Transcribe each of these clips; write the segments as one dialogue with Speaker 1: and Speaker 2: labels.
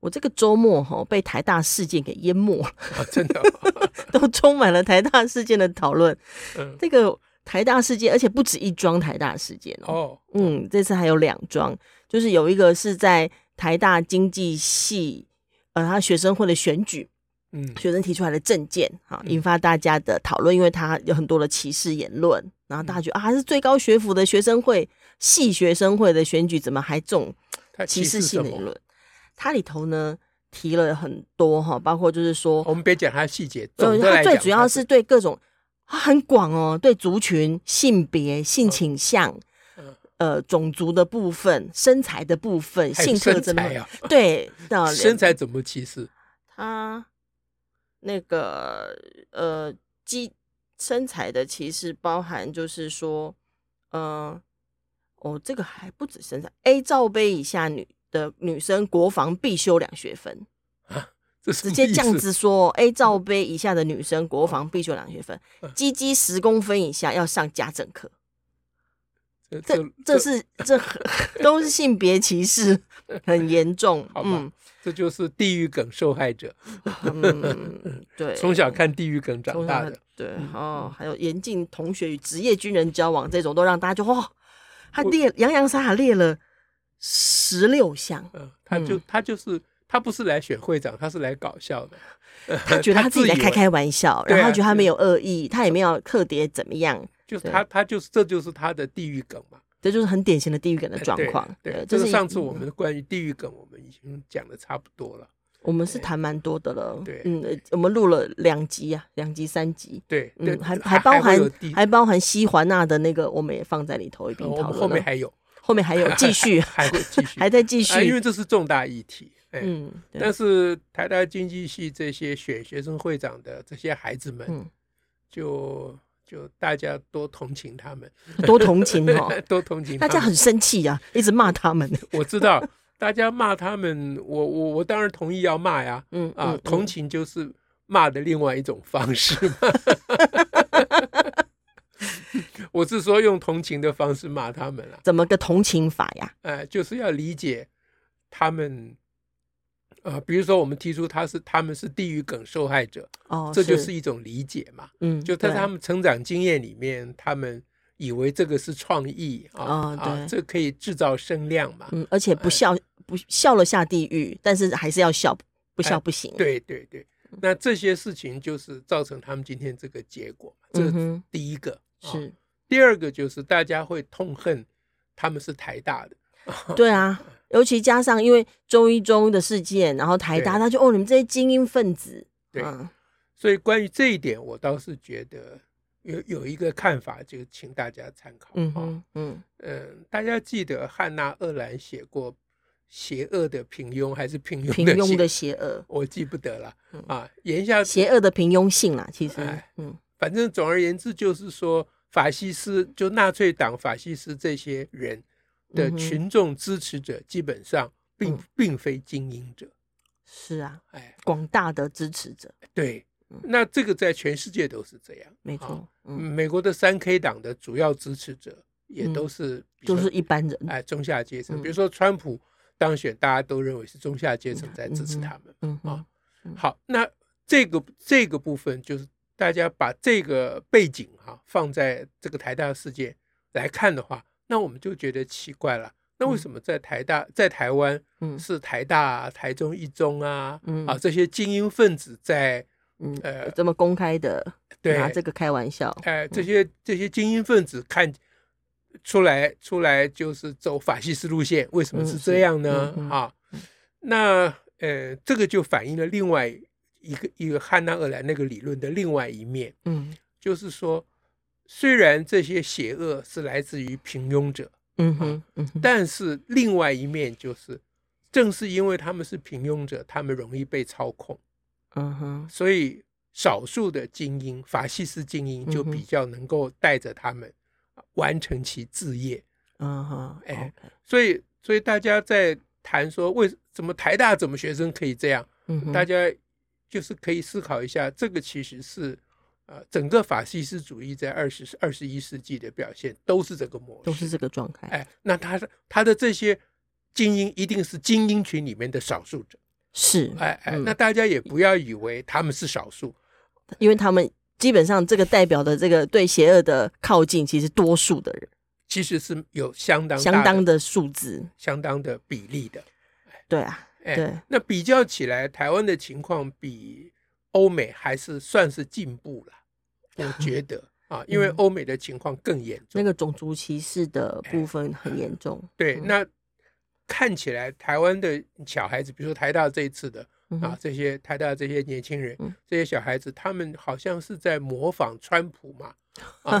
Speaker 1: 我这个周末哈、被台大事件给淹没 了，
Speaker 2: 啊，真 的哦、
Speaker 1: 都充满了台大事件的讨论。
Speaker 2: 嗯，
Speaker 1: 这个台大事件，而且不止一桩台大事件哦。
Speaker 2: 哦，
Speaker 1: 嗯，这次还有两桩，就是有一个是在台大经济系，呃，他学生会的选举，
Speaker 2: 嗯，
Speaker 1: 学生提出来的政见啊，
Speaker 2: 嗯
Speaker 1: 引发大家的讨论，因为他有很多的歧视言论，
Speaker 2: 嗯
Speaker 1: 然后大家觉得啊，是最高学府的学生会系学生会的选举，怎么还中
Speaker 2: 他
Speaker 1: 歧视性
Speaker 2: 呃什
Speaker 1: 的言
Speaker 2: 么？
Speaker 1: 论？它里头呢提了很多哈，包括就是说，
Speaker 2: 我们别讲他细节，
Speaker 1: 呃，
Speaker 2: 总的
Speaker 1: 它
Speaker 2: 来
Speaker 1: 最
Speaker 2: 讲
Speaker 1: 主要是对各种，它很广哦，对族群、性别、性倾向
Speaker 2: 嗯，
Speaker 1: 呃，种族的部分、身材的部分、
Speaker 2: 还有
Speaker 1: 性特
Speaker 2: 身
Speaker 1: 征的部
Speaker 2: 材
Speaker 1: 分，
Speaker 2: 啊，
Speaker 1: 对，那
Speaker 2: 身材怎么歧视？
Speaker 1: 它那个呃，基身材的歧视包含就是说，呃，哦，这个还不止身材，A 罩杯以下女的女生国防必修两学分。
Speaker 2: 这是
Speaker 1: 直接这样
Speaker 2: 什么意思
Speaker 1: 子说：A 罩杯以下的女生，国防必修两学分
Speaker 2: 嗯；
Speaker 1: 鸡鸡十公分以下要上家政课。这
Speaker 2: 这
Speaker 1: 这是这 都是性别歧视，很严重。
Speaker 2: 好吧
Speaker 1: 嗯
Speaker 2: 这就是地狱梗受害者，
Speaker 1: 嗯，对，
Speaker 2: 从小看地狱梗长
Speaker 1: 从小
Speaker 2: 大
Speaker 1: 看
Speaker 2: 的。嗯
Speaker 1: 对哦，还有严禁同学与职业军人交往这种，都让大家就哇，他列洋洋洒洒列了十六项。
Speaker 2: 嗯，他就他就是他不是来选会长，他是来搞笑的。呃
Speaker 1: 他觉得他自己在
Speaker 2: 以
Speaker 1: 开
Speaker 2: 为
Speaker 1: 开玩笑，
Speaker 2: 对
Speaker 1: 然后
Speaker 2: 啊
Speaker 1: 他觉得他
Speaker 2: 是
Speaker 1: 没有恶意，他也没有特别怎么样，
Speaker 2: 就是
Speaker 1: 对
Speaker 2: 他他就是这就是他的地狱梗嘛。哎
Speaker 1: 这就是很典型的地狱梗的状
Speaker 2: 对
Speaker 1: 况。
Speaker 2: 对，
Speaker 1: 这
Speaker 2: 这
Speaker 1: 是
Speaker 2: 个
Speaker 1: 一嗯
Speaker 2: 上次我们关于地狱梗，我们已经讲的差不多了。
Speaker 1: 我们是
Speaker 2: 对
Speaker 1: 谈蛮多的了，
Speaker 2: 对
Speaker 1: 嗯，呃我们录了两集啊，两集三集，
Speaker 2: 对，对
Speaker 1: 嗯，还
Speaker 2: 还
Speaker 1: 包
Speaker 2: 会
Speaker 1: 含
Speaker 2: 有地
Speaker 1: 还包含西环娜的那个，我们也放在里头一并
Speaker 2: 呃我
Speaker 1: 讨
Speaker 2: 们
Speaker 1: 论
Speaker 2: 后面
Speaker 1: 了
Speaker 2: 还有
Speaker 1: 后面还 有继续，
Speaker 2: 还 会继续，
Speaker 1: 还在继
Speaker 2: 啊因为
Speaker 1: 续，
Speaker 2: 这是重大议题。哎，
Speaker 1: 嗯，对
Speaker 2: 但是台大经济系这些选学生会长的这些孩子们
Speaker 1: 嗯，
Speaker 2: 就就大家多同情他们，
Speaker 1: 多同情 哦，
Speaker 2: 多同情他
Speaker 1: 大
Speaker 2: 们。
Speaker 1: 家很生气啊，一直骂他们，
Speaker 2: 我知道，大家骂他们，我我我当然同意要骂呀，
Speaker 1: 嗯
Speaker 2: 啊，
Speaker 1: 嗯
Speaker 2: 同情就是骂的另外一种方式 嘛。我是说用同情的方式骂他们了、
Speaker 1: 怎么个同情法呀？
Speaker 2: 呃，就是要理解他们，呃，比如说我们提出他是他们是地狱梗受害者，
Speaker 1: 哦，
Speaker 2: 这就是一种理解嘛。
Speaker 1: 嗯，
Speaker 2: 就在
Speaker 1: 对
Speaker 2: 他们成长经验里面，他们以为这个是创意啊、
Speaker 1: 哦
Speaker 2: 啊
Speaker 1: 对，
Speaker 2: 这可以制造声量嘛。
Speaker 1: 嗯，而且不笑不笑了下地狱，但是还是要笑，不笑不行，
Speaker 2: 哎
Speaker 1: 嗯
Speaker 2: 对对对，那这些事情就是造成他们今天这个结果嘛。这
Speaker 1: 嗯哼，
Speaker 2: 第一个、啊
Speaker 1: 是，
Speaker 2: 第二个就是大家会痛恨他们是台大的，
Speaker 1: 对啊，尤其加上因为中一中的事件，然后台大，
Speaker 2: 对
Speaker 1: 他就哦，你们这些精英分子，
Speaker 2: 对
Speaker 1: 嗯
Speaker 2: 所以关于这一点，我倒是觉得有有一个看法，就请大家参考。
Speaker 1: 嗯
Speaker 2: 啊
Speaker 1: 哼嗯，
Speaker 2: 嗯，大家记得汉娜·鄂兰写过《邪恶的平庸》还是《平庸的
Speaker 1: 平庸
Speaker 2: 邪
Speaker 1: 的邪恶，
Speaker 2: 我记不得了
Speaker 1: 嗯
Speaker 2: 啊。言下之，
Speaker 1: 邪恶的平庸性啦，其实
Speaker 2: 哎，
Speaker 1: 嗯
Speaker 2: 反正总而言之就是说，法西斯就纳粹党法西斯这些人的
Speaker 1: 嗯哼
Speaker 2: 群众支持者，基本上并、
Speaker 1: 嗯
Speaker 2: 并非精英者。
Speaker 1: 是啊，
Speaker 2: 哎，
Speaker 1: 广大的支持者，
Speaker 2: 对
Speaker 1: 嗯，
Speaker 2: 那这个在全世界都是这样。
Speaker 1: 没
Speaker 2: 啊
Speaker 1: 错，嗯，
Speaker 2: 美国的三 K 党的主要支持者也
Speaker 1: 嗯
Speaker 2: 都是，比如
Speaker 1: 就
Speaker 2: 说
Speaker 1: 是一般人，
Speaker 2: 哎中下阶层。
Speaker 1: 嗯
Speaker 2: 比如说川普当选，大家都认为是中下阶层在支持他们。
Speaker 1: 嗯哼
Speaker 2: 啊，
Speaker 1: 嗯
Speaker 2: 好，那这个这个部分就是大家把这个背景哈、放在这个台大事件来看的话，那我们就觉得奇怪了。那为
Speaker 1: 嗯
Speaker 2: 什么在台大在台湾
Speaker 1: 嗯
Speaker 2: 是台大、啊、台中一中啊、
Speaker 1: 嗯
Speaker 2: 啊这些精英分子在
Speaker 1: 嗯
Speaker 2: 呃，
Speaker 1: 这么公开的
Speaker 2: 对
Speaker 1: 拿这个开玩笑，
Speaker 2: 哎，这些这些精英分子看出来出来就是走法西斯路线，为什么
Speaker 1: 嗯
Speaker 2: 是
Speaker 1: 是
Speaker 2: 这样呢？
Speaker 1: 嗯嗯
Speaker 2: 啊，那呃，这个就反映了另外一个一个汉娜·厄兰那个理论的另外一面，
Speaker 1: 嗯
Speaker 2: 就是说，虽然这些邪恶是来自于平庸者，
Speaker 1: 嗯哼嗯哼，
Speaker 2: 但是另外一面就是，正是因为他们是平庸者，他们容易被操控。
Speaker 1: 嗯哼，
Speaker 2: 所以少数的精英，法西斯精英就
Speaker 1: 嗯哼
Speaker 2: 比较能够带着他们完成其志业。
Speaker 1: 嗯哼，
Speaker 2: 哎
Speaker 1: OK，
Speaker 2: 所以，所以大家在谈说为什么台大怎么学生可以这样，
Speaker 1: 嗯哼，
Speaker 2: 大家就是可以思考一下，这个其实是。呃，整个法西斯主义在二十二十一世纪的表现都是这个模式，
Speaker 1: 都是这个状态，
Speaker 2: 哎，那他的他的这些精英一定是精英群里面的少数者，
Speaker 1: 是，
Speaker 2: 哎哎，
Speaker 1: 嗯
Speaker 2: 那大家也不要以为他们是少数，
Speaker 1: 因为他们基本上这个代表的这个对邪恶的靠近，其实多数的人
Speaker 2: 其实是有相当大
Speaker 1: 相当
Speaker 2: 的
Speaker 1: 的数字，
Speaker 2: 相当的比例的。
Speaker 1: 对啊，
Speaker 2: 哎
Speaker 1: 对，
Speaker 2: 那比较起来，台湾的情况比欧美还是算是进步 了，我觉得啊，因为
Speaker 1: 嗯
Speaker 2: 欧美的情况更严重。
Speaker 1: 那个种族歧视的部分很严重，
Speaker 2: 对，
Speaker 1: 嗯
Speaker 2: 那看起来台湾的小孩子，比如说台大这一次的
Speaker 1: 嗯
Speaker 2: 啊
Speaker 1: 哼，
Speaker 2: 这些台大这些年轻人
Speaker 1: 嗯，
Speaker 2: 这些小孩子，他们好像是在模仿川普嘛，啊，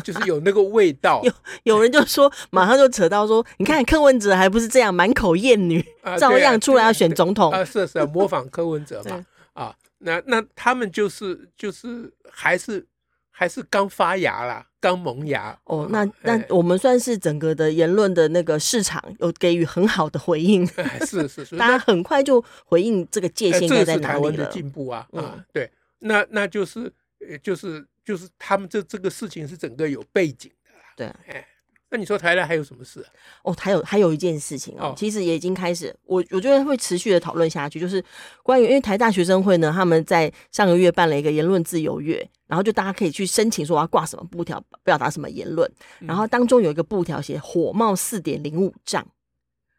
Speaker 2: 就是有那个味道
Speaker 1: 有人就说，马上就扯到说，你看柯文哲还不是这样，满口艳女，
Speaker 2: 啊，
Speaker 1: 照
Speaker 2: 对啊
Speaker 1: 样出来要选总统，
Speaker 2: 啊，是啊是啊，模仿柯文哲
Speaker 1: 哦 对
Speaker 2: 嘛，啊，那那他们就是就是还是还是刚发芽啦，刚萌芽
Speaker 1: 哦
Speaker 2: 啊，
Speaker 1: 那那
Speaker 2: 哎
Speaker 1: 我们算是整个的言论的那个市场有给予很好的回应，
Speaker 2: 哎是是 是，
Speaker 1: 大
Speaker 2: 那
Speaker 1: 家很快就回应这个界
Speaker 2: 呃
Speaker 1: 限应
Speaker 2: 这
Speaker 1: 该
Speaker 2: 个
Speaker 1: 在
Speaker 2: 是
Speaker 1: 哪
Speaker 2: 台
Speaker 1: 里
Speaker 2: 湾的
Speaker 1: 了。
Speaker 2: 进步啊啊
Speaker 1: 嗯，
Speaker 2: 对，那那就是呃就是就是他们这这个事情是整个有背景的啦，
Speaker 1: 对啊
Speaker 2: 哎，那你说台湾还有什 么事啊？
Speaker 1: 哦，还有还有一件事情哦，
Speaker 2: 哦
Speaker 1: 其实也已经开始，我我觉得会持续的讨论下去，就是关于因为台大学生会呢，他们在上个月办了一个言论自由月，然后就大家可以去申请说我要挂什么布条，表达什么言论，然后当中有一个布条写火冒四点零五丈。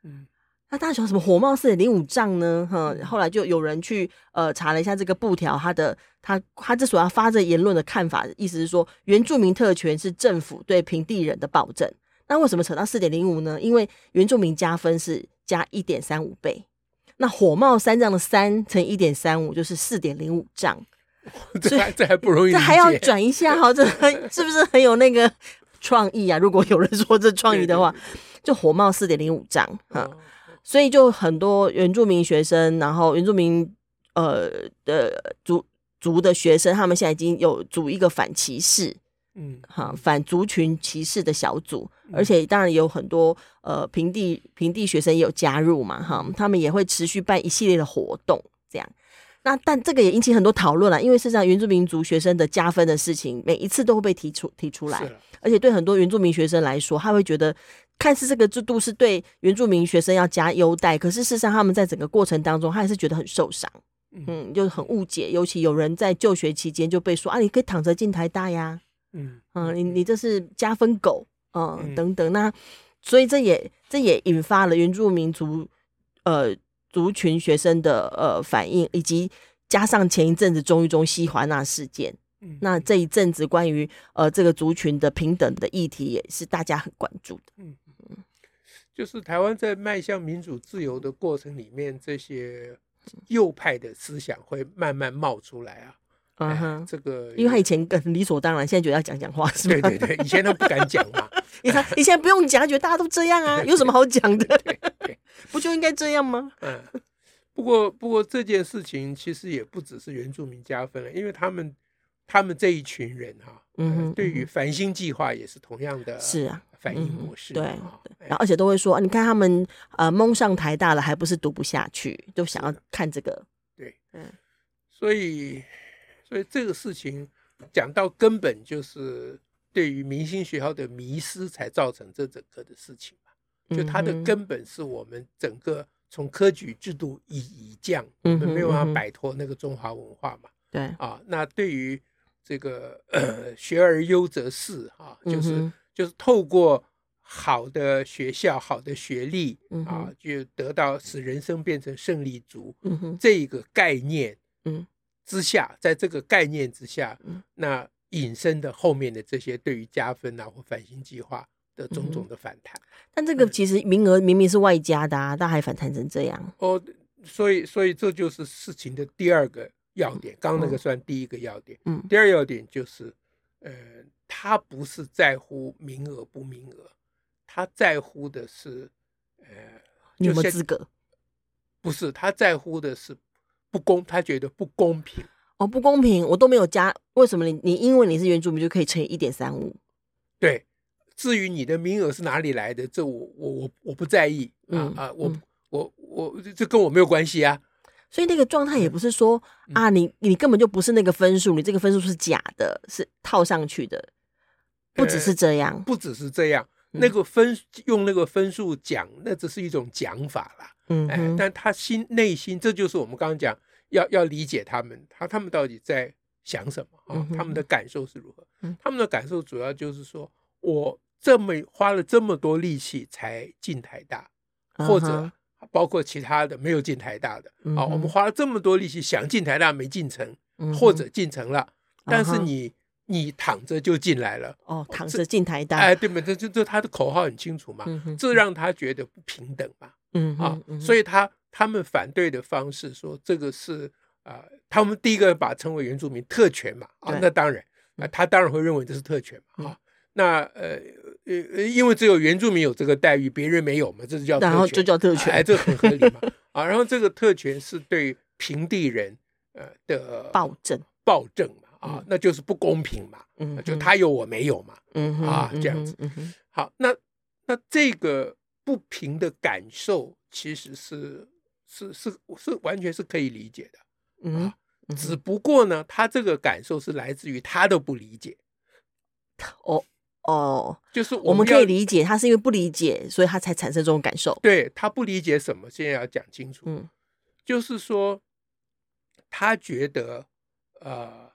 Speaker 2: 嗯，
Speaker 1: 那大家想什么火冒四点零五丈呢？哈，后来就有人去呃查了一下这个布条，他的他他之所以要发这言论的看法，意思是说原住民特权是政府对平地人的保证。那为什么扯到四点零五呢？因为原住民加分是加一点三五倍，那火冒三丈的三乘一点三五就是四点零五丈，
Speaker 2: 嗯这
Speaker 1: 所以
Speaker 2: 还这还不容易理
Speaker 1: 这
Speaker 2: 解，
Speaker 1: 还要转一下哈，这是不是很有那个创意啊？如果有人说这创意的话
Speaker 2: 对，
Speaker 1: 就火冒四点零五丈，哈、
Speaker 2: 哦
Speaker 1: 所以就很多原住民学生，然后原住民呃的族族的学生，他们现在已经有组一个反歧视
Speaker 2: 嗯，
Speaker 1: 哈反族群歧视的小组，
Speaker 2: 嗯
Speaker 1: 而且当然也有很多呃平地平地学生也有加入嘛哈，他们也会持续办一系列的活动这样。那但这个也引起很多讨论了，因为事实上原住民族学生的加分的事情，每一次都会被提出提出来
Speaker 2: 是。了
Speaker 1: 而且对很多原住民学生来说，他会觉得看似这个制度是对原住民学生要加优待，可是事实上他们在整个过程当中，他还是觉得很受伤，
Speaker 2: 嗯
Speaker 1: 嗯，就是很误解。尤其有人在就学期间就被说啊，你可以躺着进台大呀，
Speaker 2: 嗯
Speaker 1: 嗯，你你这是加分狗，嗯，
Speaker 2: 嗯
Speaker 1: 等等。那所以这也这也引发了原住民族呃族群学生的呃反应，以及加上前一阵子中一中西华那事件。
Speaker 2: 嗯
Speaker 1: 那这一阵子关于呃这个族群的平等的议题，也是大家很关注的。
Speaker 2: 就是台湾在迈向民主自由的过程里面，这些
Speaker 1: 嗯
Speaker 2: 右派的思想会慢慢冒出来啊。哎
Speaker 1: 嗯哼，
Speaker 2: 这个
Speaker 1: 因为他以前很理所当然，现在觉得要讲讲话是
Speaker 2: 对
Speaker 1: 吧？
Speaker 2: 对 对，以前他不敢讲嘛。
Speaker 1: 你看你现在不用讲，觉得大家都这样 啊，有什么好讲的
Speaker 2: 对？
Speaker 1: 不就应该这样吗？
Speaker 2: 嗯，不过不过这件事情其实也不只是原住民加分了，因为他们他们这一群人哈、
Speaker 1: 嗯
Speaker 2: 呃
Speaker 1: 哼
Speaker 2: 对
Speaker 1: 嗯
Speaker 2: 于繁星计划也是同样的
Speaker 1: 是啊，
Speaker 2: 反应
Speaker 1: 嗯哼
Speaker 2: 模式
Speaker 1: 对
Speaker 2: 嘛啊哎
Speaker 1: 然后而且都会说，啊你看他们呃蒙上台大了，还不是读不下去，就想要看这个。
Speaker 2: 对，
Speaker 1: 嗯
Speaker 2: 所以，所以这个事情讲到根本就是对于明星学校的迷失，才造成这整个的事情嘛。就它的
Speaker 1: 嗯哼
Speaker 2: 根本是我们整个从科举制度以以降，我
Speaker 1: 嗯哼
Speaker 2: 们没有
Speaker 1: 嗯
Speaker 2: 办
Speaker 1: 哼
Speaker 2: 法摆脱那个中华文化嘛。
Speaker 1: 对，
Speaker 2: 啊，那对于这个、 呃、学而优则仕啊，就是、
Speaker 1: 嗯哼
Speaker 2: 就是透过好的学校、好的学历
Speaker 1: 嗯
Speaker 2: 啊
Speaker 1: 哼，
Speaker 2: 就得到使人生变成胜利组。
Speaker 1: 嗯哼，
Speaker 2: 这个概念，
Speaker 1: 嗯，
Speaker 2: 之下，在这个概念之下，
Speaker 1: 嗯
Speaker 2: 那引申的后面的这些对于加分啊或反星计划的种
Speaker 1: 嗯
Speaker 2: 种的反弹，
Speaker 1: 但这个
Speaker 2: 嗯
Speaker 1: 其实名额明明是外加的啊，但还反弹成这样。
Speaker 2: 哦，所以所以这就是事情的第二个要点，刚刚那
Speaker 1: 嗯
Speaker 2: 个算第一个要点，
Speaker 1: 嗯
Speaker 2: 第二要点就是，呃，他不是在乎名额不名额，他在乎的是，呃，
Speaker 1: 你有没有
Speaker 2: 就现
Speaker 1: 资格？
Speaker 2: 不是他在乎的是不公，他觉得不公平。
Speaker 1: 哦，不公平，我都没有加，为什么你你因为你是原住民就可以乘以一点三五？
Speaker 2: 对，至于你的名额是哪里来的，这我我我我不在意啊、
Speaker 1: 嗯
Speaker 2: 啊，我、
Speaker 1: 嗯
Speaker 2: 我我这跟我没有关系啊。
Speaker 1: 所以那个状态也
Speaker 2: 嗯
Speaker 1: 不是说啊，你你根本就不是那个分数，你这个分数是假的，是套上去的，不只
Speaker 2: 呃
Speaker 1: 是这样。
Speaker 2: 不只是这样，
Speaker 1: 嗯
Speaker 2: 那个分用那个分数讲，那只是一种讲法啦。
Speaker 1: 嗯
Speaker 2: 哎，
Speaker 1: 哼，
Speaker 2: 但他心内心，这就是我们刚刚讲要要理解他们，他他们到底在想什么啊
Speaker 1: 嗯？哼
Speaker 2: 他们的感受是如何
Speaker 1: 嗯？
Speaker 2: 他们的感受主要就是说，我这么花了这么多力气才进台大，或
Speaker 1: 嗯
Speaker 2: 者
Speaker 1: 哼
Speaker 2: 包括其他的没有进台大的
Speaker 1: 嗯
Speaker 2: 啊，
Speaker 1: 哼
Speaker 2: 我们花了这么多力气想进台大没进成，
Speaker 1: 嗯哼
Speaker 2: 或者进成了，但
Speaker 1: 啊
Speaker 2: 是
Speaker 1: 哈
Speaker 2: 你你躺着就进来了。
Speaker 1: 哦，躺着进台大，
Speaker 2: 哎，对嘛，这这这他的口号很清楚嘛，
Speaker 1: 嗯哼
Speaker 2: 这让他觉得不平等嘛，
Speaker 1: 嗯
Speaker 2: 啊
Speaker 1: 哼，嗯
Speaker 2: 所
Speaker 1: 以
Speaker 2: 以他他们反对的方式说这个是啊、呃他们第一个把称为原住民特权嘛，啊
Speaker 1: 对，
Speaker 2: 那当然，啊、
Speaker 1: 嗯
Speaker 2: 他当然会认为这是特权嘛，
Speaker 1: 嗯
Speaker 2: 啊，那呃呃，呃因为只有原住民有这个待遇，别人没有嘛，这就叫特
Speaker 1: 然后就
Speaker 2: 权
Speaker 1: 叫特权
Speaker 2: 哎，这很合理嘛，啊，然后这个特权是对平地人呃的
Speaker 1: 暴政，
Speaker 2: 暴政嘛，啊，
Speaker 1: 嗯
Speaker 2: 那就是不公平嘛，
Speaker 1: 嗯
Speaker 2: 就
Speaker 1: 哼
Speaker 2: 他有我没有嘛。
Speaker 1: 嗯哼
Speaker 2: 啊
Speaker 1: 嗯
Speaker 2: 这样
Speaker 1: 哼
Speaker 2: 子
Speaker 1: 嗯哼
Speaker 2: 好，那那这个不平的感受其实是是是是完全是可以理解的，
Speaker 1: 嗯哼嗯
Speaker 2: 只
Speaker 1: 哼
Speaker 2: 不过呢，他这个感受是来自于他的不理解，
Speaker 1: 哦，
Speaker 2: 就是
Speaker 1: 我们
Speaker 2: 们
Speaker 1: 可以
Speaker 2: 要
Speaker 1: 理解，他是因为不理解，所以他才产生这种感受。
Speaker 2: 对他不理解什么，现在要讲清楚，
Speaker 1: 嗯
Speaker 2: 就是说他觉得呃，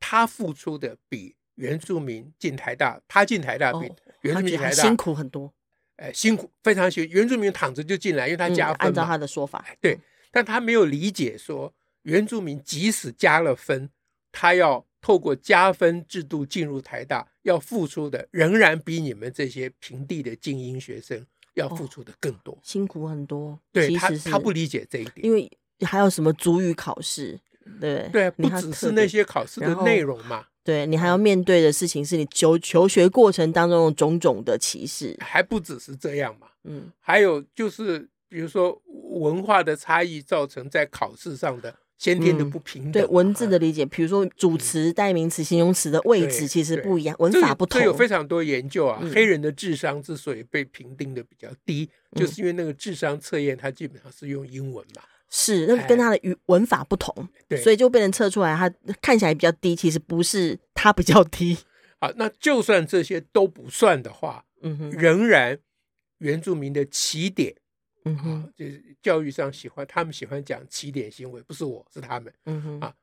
Speaker 2: 他付出的比原住民进台大，他进台大比
Speaker 1: 哦
Speaker 2: 原
Speaker 1: 他
Speaker 2: 住
Speaker 1: 觉
Speaker 2: 民进
Speaker 1: 得他
Speaker 2: 台
Speaker 1: 辛
Speaker 2: 大，
Speaker 1: 苦很多，
Speaker 2: 哎，辛苦非常辛苦，原住民躺着就进来，因为他
Speaker 1: 嗯
Speaker 2: 加分
Speaker 1: 按照
Speaker 2: 嘛
Speaker 1: 他。嗯的说法，
Speaker 2: 对，但他没有理解说，原住民即使加了分，他要透过加分制度进入台大，要付出的仍然比你们这些平地的精英学生要付出的更多。
Speaker 1: 辛苦很多。
Speaker 2: 对
Speaker 1: 哦其
Speaker 2: 他
Speaker 1: 实，是
Speaker 2: 他不理解这一点。
Speaker 1: 因为还有什么足语考试，对不
Speaker 2: 对，
Speaker 1: 对？
Speaker 2: 不
Speaker 1: 你还
Speaker 2: 只
Speaker 1: 特
Speaker 2: 是
Speaker 1: 别
Speaker 2: 那，些啊考试的
Speaker 1: 然后
Speaker 2: 内容嘛，
Speaker 1: 对你还要面对的事情是你求求学过程当中的种种的歧视。
Speaker 2: 还不只是这样嘛。
Speaker 1: 嗯，
Speaker 2: 还有就是，比如说文化的差异造成在考试上的先天的
Speaker 1: 嗯
Speaker 2: 不平等
Speaker 1: 对
Speaker 2: 嘛、
Speaker 1: 文字
Speaker 2: 啊
Speaker 1: 的理解，比如说主词、代名词、形容词的位置
Speaker 2: 对
Speaker 1: 其实
Speaker 2: 对
Speaker 1: 不一样，文
Speaker 2: 这
Speaker 1: 法
Speaker 2: 有
Speaker 1: 不同
Speaker 2: 这。有非常多研究啊，
Speaker 1: 嗯
Speaker 2: 黑人的智商之所以被评定的比较低，
Speaker 1: 嗯
Speaker 2: 就是因为那个智商测验它基本上是用英文嘛。
Speaker 1: 是，那跟他的语文法不同，
Speaker 2: 哎对
Speaker 1: 所以就被人测出来，他看起来比较低，其实不是他比较低。
Speaker 2: 啊，那就算这些都不算的话，
Speaker 1: 嗯哼，
Speaker 2: 仍然原住民的起点
Speaker 1: 嗯
Speaker 2: 啊
Speaker 1: 哼，，
Speaker 2: 就是教育上喜欢他们喜欢讲起点行为，不是我是他们
Speaker 1: 嗯哼，
Speaker 2: 啊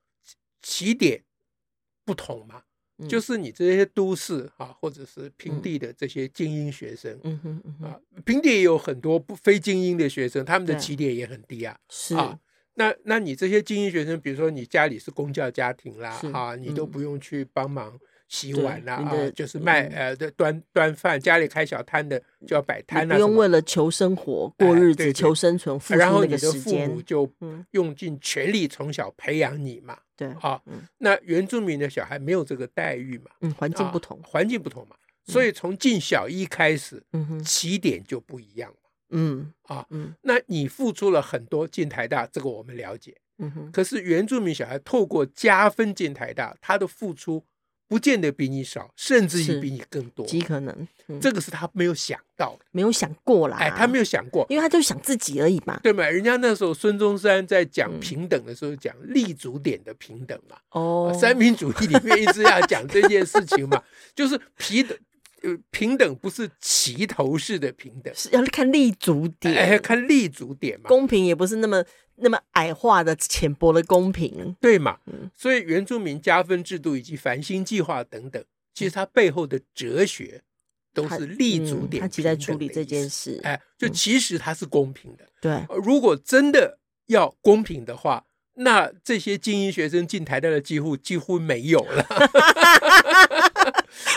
Speaker 2: 起点不同嘛，
Speaker 1: 嗯
Speaker 2: 就是你这些都市啊，或者是平地的这些精英学生。
Speaker 1: 嗯哼，嗯哼，
Speaker 2: 啊，平地也有很多不非精英的学生，他们的
Speaker 1: 对
Speaker 2: 起点也很低啊。
Speaker 1: 是，
Speaker 2: 啊那那你这些精英学生，比如说你家里是公教家庭啦
Speaker 1: 是，
Speaker 2: 啊，你都
Speaker 1: 嗯
Speaker 2: 不用去帮忙洗
Speaker 1: 对
Speaker 2: 碗啦，
Speaker 1: 你
Speaker 2: 啊
Speaker 1: 的，
Speaker 2: 就是卖
Speaker 1: 嗯
Speaker 2: 呃的端端饭，家里开小摊的就要摆
Speaker 1: 你
Speaker 2: 摊
Speaker 1: 不
Speaker 2: 啊什
Speaker 1: 用
Speaker 2: 么，哎
Speaker 1: 为了求生活、过日
Speaker 2: 对
Speaker 1: 子、
Speaker 2: 对
Speaker 1: 求生存，付出
Speaker 2: 然后
Speaker 1: 那
Speaker 2: 你
Speaker 1: 个
Speaker 2: 的
Speaker 1: 时
Speaker 2: 父母
Speaker 1: 间。
Speaker 2: 就
Speaker 1: 嗯
Speaker 2: 用尽全力从小培养你嘛，
Speaker 1: 对，
Speaker 2: 啊
Speaker 1: 嗯，
Speaker 2: 那原住民的小孩没有这个待遇嘛，
Speaker 1: 嗯，环境
Speaker 2: 啊
Speaker 1: 不同。
Speaker 2: 环境不同嘛，所以从进小一开始，
Speaker 1: 嗯哼，
Speaker 2: 起点就不一样嘛，
Speaker 1: 嗯
Speaker 2: 啊，
Speaker 1: 嗯
Speaker 2: 那你付出了很多进台大，这个我们了解，
Speaker 1: 嗯哼，
Speaker 2: 可是原住民小孩透过加分进台大，他的付出不见得比你少，甚至
Speaker 1: 是
Speaker 2: 于比你更多。
Speaker 1: 极可能，嗯，
Speaker 2: 这个是他没有想到的，
Speaker 1: 没有想过啦。
Speaker 2: 哎，他没有想过，
Speaker 1: 啊因为他就想自己而已嘛。
Speaker 2: 对吗？人家那时候孙中山在讲
Speaker 1: 嗯
Speaker 2: 平等的时候，讲立足点的平等嘛，
Speaker 1: 哦，
Speaker 2: 啊三民主义里面一直要讲这件事情嘛， 就是平等，呃，平等不是齐头式的平等，
Speaker 1: 是要看立足
Speaker 2: 哎，
Speaker 1: 点，
Speaker 2: 看立足点嘛，
Speaker 1: 公平也不是那么那么矮化的、浅薄的公平。
Speaker 2: 对嘛
Speaker 1: 嗯？
Speaker 2: 所以原住民加分制度以及繁星计划等等，其实它背后的哲学都
Speaker 1: 它
Speaker 2: 是立足
Speaker 1: 嗯
Speaker 2: 点、
Speaker 1: 他其实在处理这件。事。嗯
Speaker 2: 哎，就其实它是公平的。
Speaker 1: 对，
Speaker 2: 呃如果真的要公平的话，那这些精英学生进台大的几乎几乎没有了。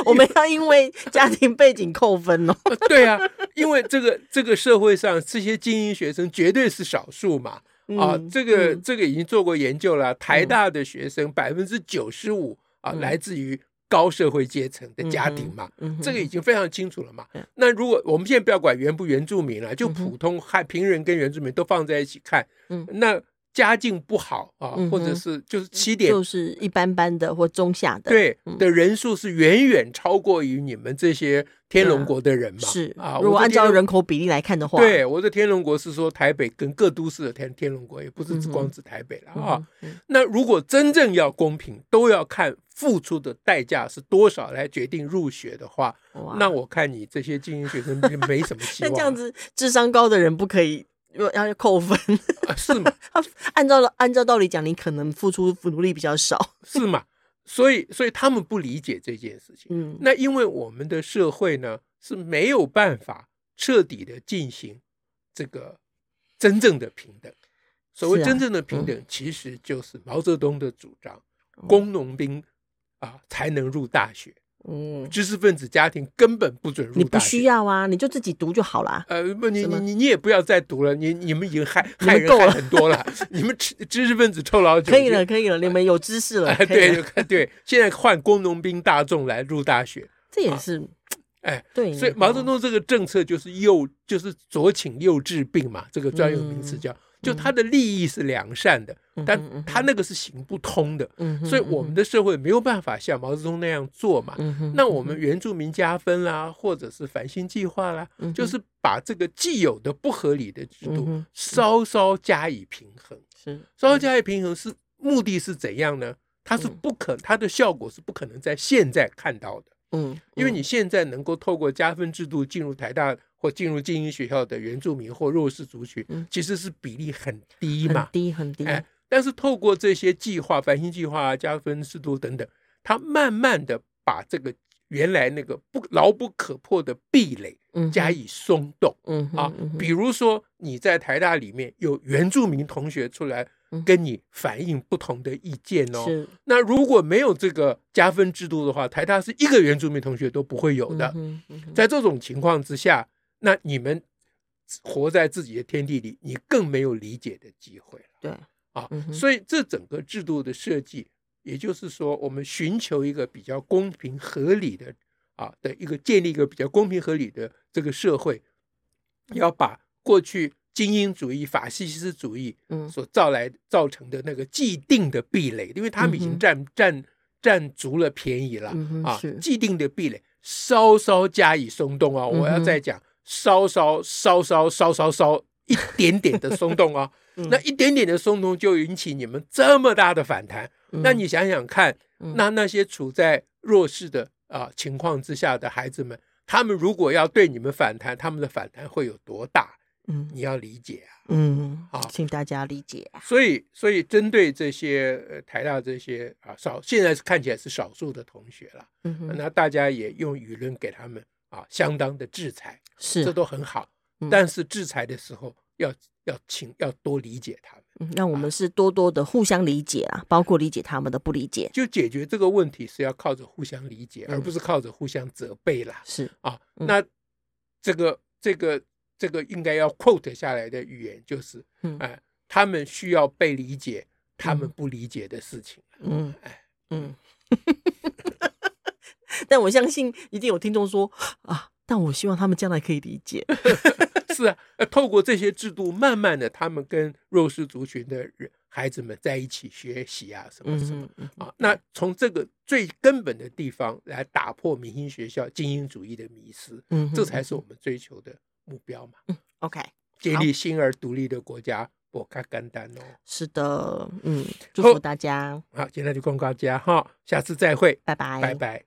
Speaker 1: 我们要因 为家庭背景扣分哦。
Speaker 2: 对啊，因为这个这个社会上这些精英学生绝对是少数嘛。啊
Speaker 1: 嗯，
Speaker 2: 这个
Speaker 1: 嗯
Speaker 2: 这个已经做过研究了，台
Speaker 1: 嗯
Speaker 2: 大的学生百分之九十五啊，
Speaker 1: 嗯
Speaker 2: 来自于高社会阶层的家庭嘛，
Speaker 1: 嗯哼
Speaker 2: 这个已经非常清楚了嘛
Speaker 1: 对。
Speaker 2: 那如果我们现在不要管原不原住民了，就
Speaker 1: 嗯哼
Speaker 2: 普通汉平人跟原住民都放在一起看
Speaker 1: 嗯，
Speaker 2: 那家境不好啊，
Speaker 1: 嗯哼
Speaker 2: 或者是就是起点
Speaker 1: 就是一般般的或中下的，，
Speaker 2: 对
Speaker 1: 嗯
Speaker 2: 的人数是远远超过于你们这些天龙国的人嘛？
Speaker 1: 是
Speaker 2: 啊，
Speaker 1: 如果
Speaker 2: 我的
Speaker 1: 按
Speaker 2: 天
Speaker 1: 照
Speaker 2: 龙
Speaker 1: 人口比例来看的话，
Speaker 2: 对我的天龙国是说台北跟各都市的天天龙国，也不是只
Speaker 1: 嗯哼
Speaker 2: 光指台北了
Speaker 1: 嗯
Speaker 2: 啊。
Speaker 1: 嗯
Speaker 2: 那如果真正要公平，都要看付出的代价是多少来决定入学的话，
Speaker 1: 哇
Speaker 2: 那我看你这些精英学生就没什么 希
Speaker 1: 那
Speaker 2: 望了。
Speaker 1: 这样子，智商高的人不可以要要扣分。
Speaker 2: 啊是吗？
Speaker 1: 按照按照道理讲，你可能付出努力比较少。
Speaker 2: 是吗？所以，所以他们不理解这件事情。
Speaker 1: 嗯，
Speaker 2: 那因为我们的社会呢是没有办法彻底的进行这个真正的平等。所谓
Speaker 1: 是啊
Speaker 2: 真正的平等，其实就是毛泽东的主张，
Speaker 1: 哦
Speaker 2: 工农兵啊才能入大学，
Speaker 1: 嗯，
Speaker 2: 知识分子家庭根本不准
Speaker 1: 你
Speaker 2: 入
Speaker 1: 不
Speaker 2: 大
Speaker 1: 需
Speaker 2: 学。
Speaker 1: 要啊，你就自己读就好啦。
Speaker 2: 呃，不，你
Speaker 1: 是
Speaker 2: 你
Speaker 1: 吗
Speaker 2: 你你也不要再读了，你你们已经害
Speaker 1: 你
Speaker 2: 害
Speaker 1: 们
Speaker 2: 人
Speaker 1: 够
Speaker 2: 害
Speaker 1: 了
Speaker 2: 很多 了，你们知知识分子臭老九
Speaker 1: 可以
Speaker 2: 就
Speaker 1: 了，可以了，你们有知识了
Speaker 2: 哎，，
Speaker 1: 可以
Speaker 2: 对
Speaker 1: 了，
Speaker 2: 对，现在换工农兵大众来入大学，
Speaker 1: 这也是，
Speaker 2: 哎，
Speaker 1: 对，
Speaker 2: 所以毛泽东这个政策就是幼，就是左倾右治病嘛，这个专有名词叫，就他的利益是良善的，
Speaker 1: 嗯嗯哼，
Speaker 2: 但他那个是行不通的，
Speaker 1: 嗯哼，
Speaker 2: 所以我们的社会没有办法像毛泽东那样做嘛。
Speaker 1: 嗯哼，
Speaker 2: 那我们原住民加分啦，或者是繁星计划啦，
Speaker 1: 嗯哼
Speaker 2: 就是把这个既有的不合理的制度
Speaker 1: 嗯哼嗯
Speaker 2: 稍稍加以平衡。
Speaker 1: 是
Speaker 2: 稍微加以平衡是目的是怎样呢？它是不可，它的效果是不可能在现在看到的，
Speaker 1: 嗯，
Speaker 2: 因为你现在能够透过加分制度进入台大或进入精英学校的原住民或弱势族群
Speaker 1: 嗯，
Speaker 2: 其实是比例很低
Speaker 1: 嗯
Speaker 2: 嘛
Speaker 1: 很，低很低，
Speaker 2: 哎，但是透过这些计划、繁星计划啊、加分制度等等，它慢慢的把这个原来那个不牢不可破的壁垒
Speaker 1: 嗯
Speaker 2: 加
Speaker 1: 哼
Speaker 2: 以松动。
Speaker 1: 嗯哼
Speaker 2: 啊
Speaker 1: 嗯，哼
Speaker 2: 比如说你在台大里面有原住民同学出来
Speaker 1: 嗯
Speaker 2: 跟你反映不同的意见哦。
Speaker 1: 是
Speaker 2: 那如果没有这个加分制度的话，台大是一个原住民同学都不会有的。
Speaker 1: 嗯哼嗯哼
Speaker 2: 在这种情况之下，那你们活在自己的天地里，你更没有理解的机会了
Speaker 1: 对，
Speaker 2: 啊
Speaker 1: 嗯！哼
Speaker 2: 所以这整个制度的设计，也就是说，我们寻求一个比较公平合理的啊的一个建立一个比较公平合理的这个社会，要把过去精英主义、法西斯主义
Speaker 1: 嗯
Speaker 2: 所造来造成的那个既定的壁垒，因为他们已
Speaker 1: 嗯
Speaker 2: 经
Speaker 1: 哼
Speaker 2: 占占占足了便宜了、
Speaker 1: 嗯哼
Speaker 2: 啊
Speaker 1: 是，
Speaker 2: 既定的壁垒稍稍加以松动啊、我要
Speaker 1: 嗯哼
Speaker 2: 再讲稍稍稍稍稍稍稍一点点的松动啊、
Speaker 1: 嗯
Speaker 2: 那一点点的松动就引起你们这么大的反弹，那
Speaker 1: 嗯
Speaker 2: 你想想看，
Speaker 1: 嗯
Speaker 2: 那那些处在弱势的啊、情况之下的孩子们，他们如果要对你们反弹，他们的反弹会有多大？
Speaker 1: 嗯
Speaker 2: 你要理解啊。
Speaker 1: 嗯
Speaker 2: 好，
Speaker 1: 请大家理解啊，
Speaker 2: 所以，所以针对这些、呃、台大这些啊少，现在是看起来是少数的同学了，
Speaker 1: 嗯哼，
Speaker 2: 那大家也用舆论给他们啊相当的制裁，
Speaker 1: 是
Speaker 2: 这都很好
Speaker 1: 嗯。
Speaker 2: 但是制裁的时候要要请要多理解他们，
Speaker 1: 嗯，那我们是多多的互相理解啊，包括理解他们的不理解，
Speaker 2: 就解决这个问题是要靠着互相理解，
Speaker 1: 嗯
Speaker 2: 而不是靠着互相责备啦。
Speaker 1: 是
Speaker 2: 啊，
Speaker 1: 嗯
Speaker 2: 那这个这个这个应该要 quote 下来的语言就是，
Speaker 1: 嗯
Speaker 2: 哎、他们需要被理解，他们
Speaker 1: 嗯
Speaker 2: 不理解的事情。
Speaker 1: 嗯
Speaker 2: 哎
Speaker 1: 嗯。 但我相信一定有听众说啊，但我希望他们将来可以理解。
Speaker 2: 是啊，呃透过这些制度，慢慢的，他们跟弱势族群的人孩子们在一起学习啊，什么什么
Speaker 1: 嗯嗯
Speaker 2: 啊。那从这个最根本的地方来打破明星学校精英主义的迷失，
Speaker 1: 嗯
Speaker 2: 这才是我们追求的目标嘛。
Speaker 1: OK。
Speaker 2: 建立新而独立的国家，不卡干单哦。
Speaker 1: 是的，嗯，祝
Speaker 2: 好
Speaker 1: 福大家，
Speaker 2: 好，今天就公告家哈，下次再会，
Speaker 1: 拜拜，
Speaker 2: 拜拜。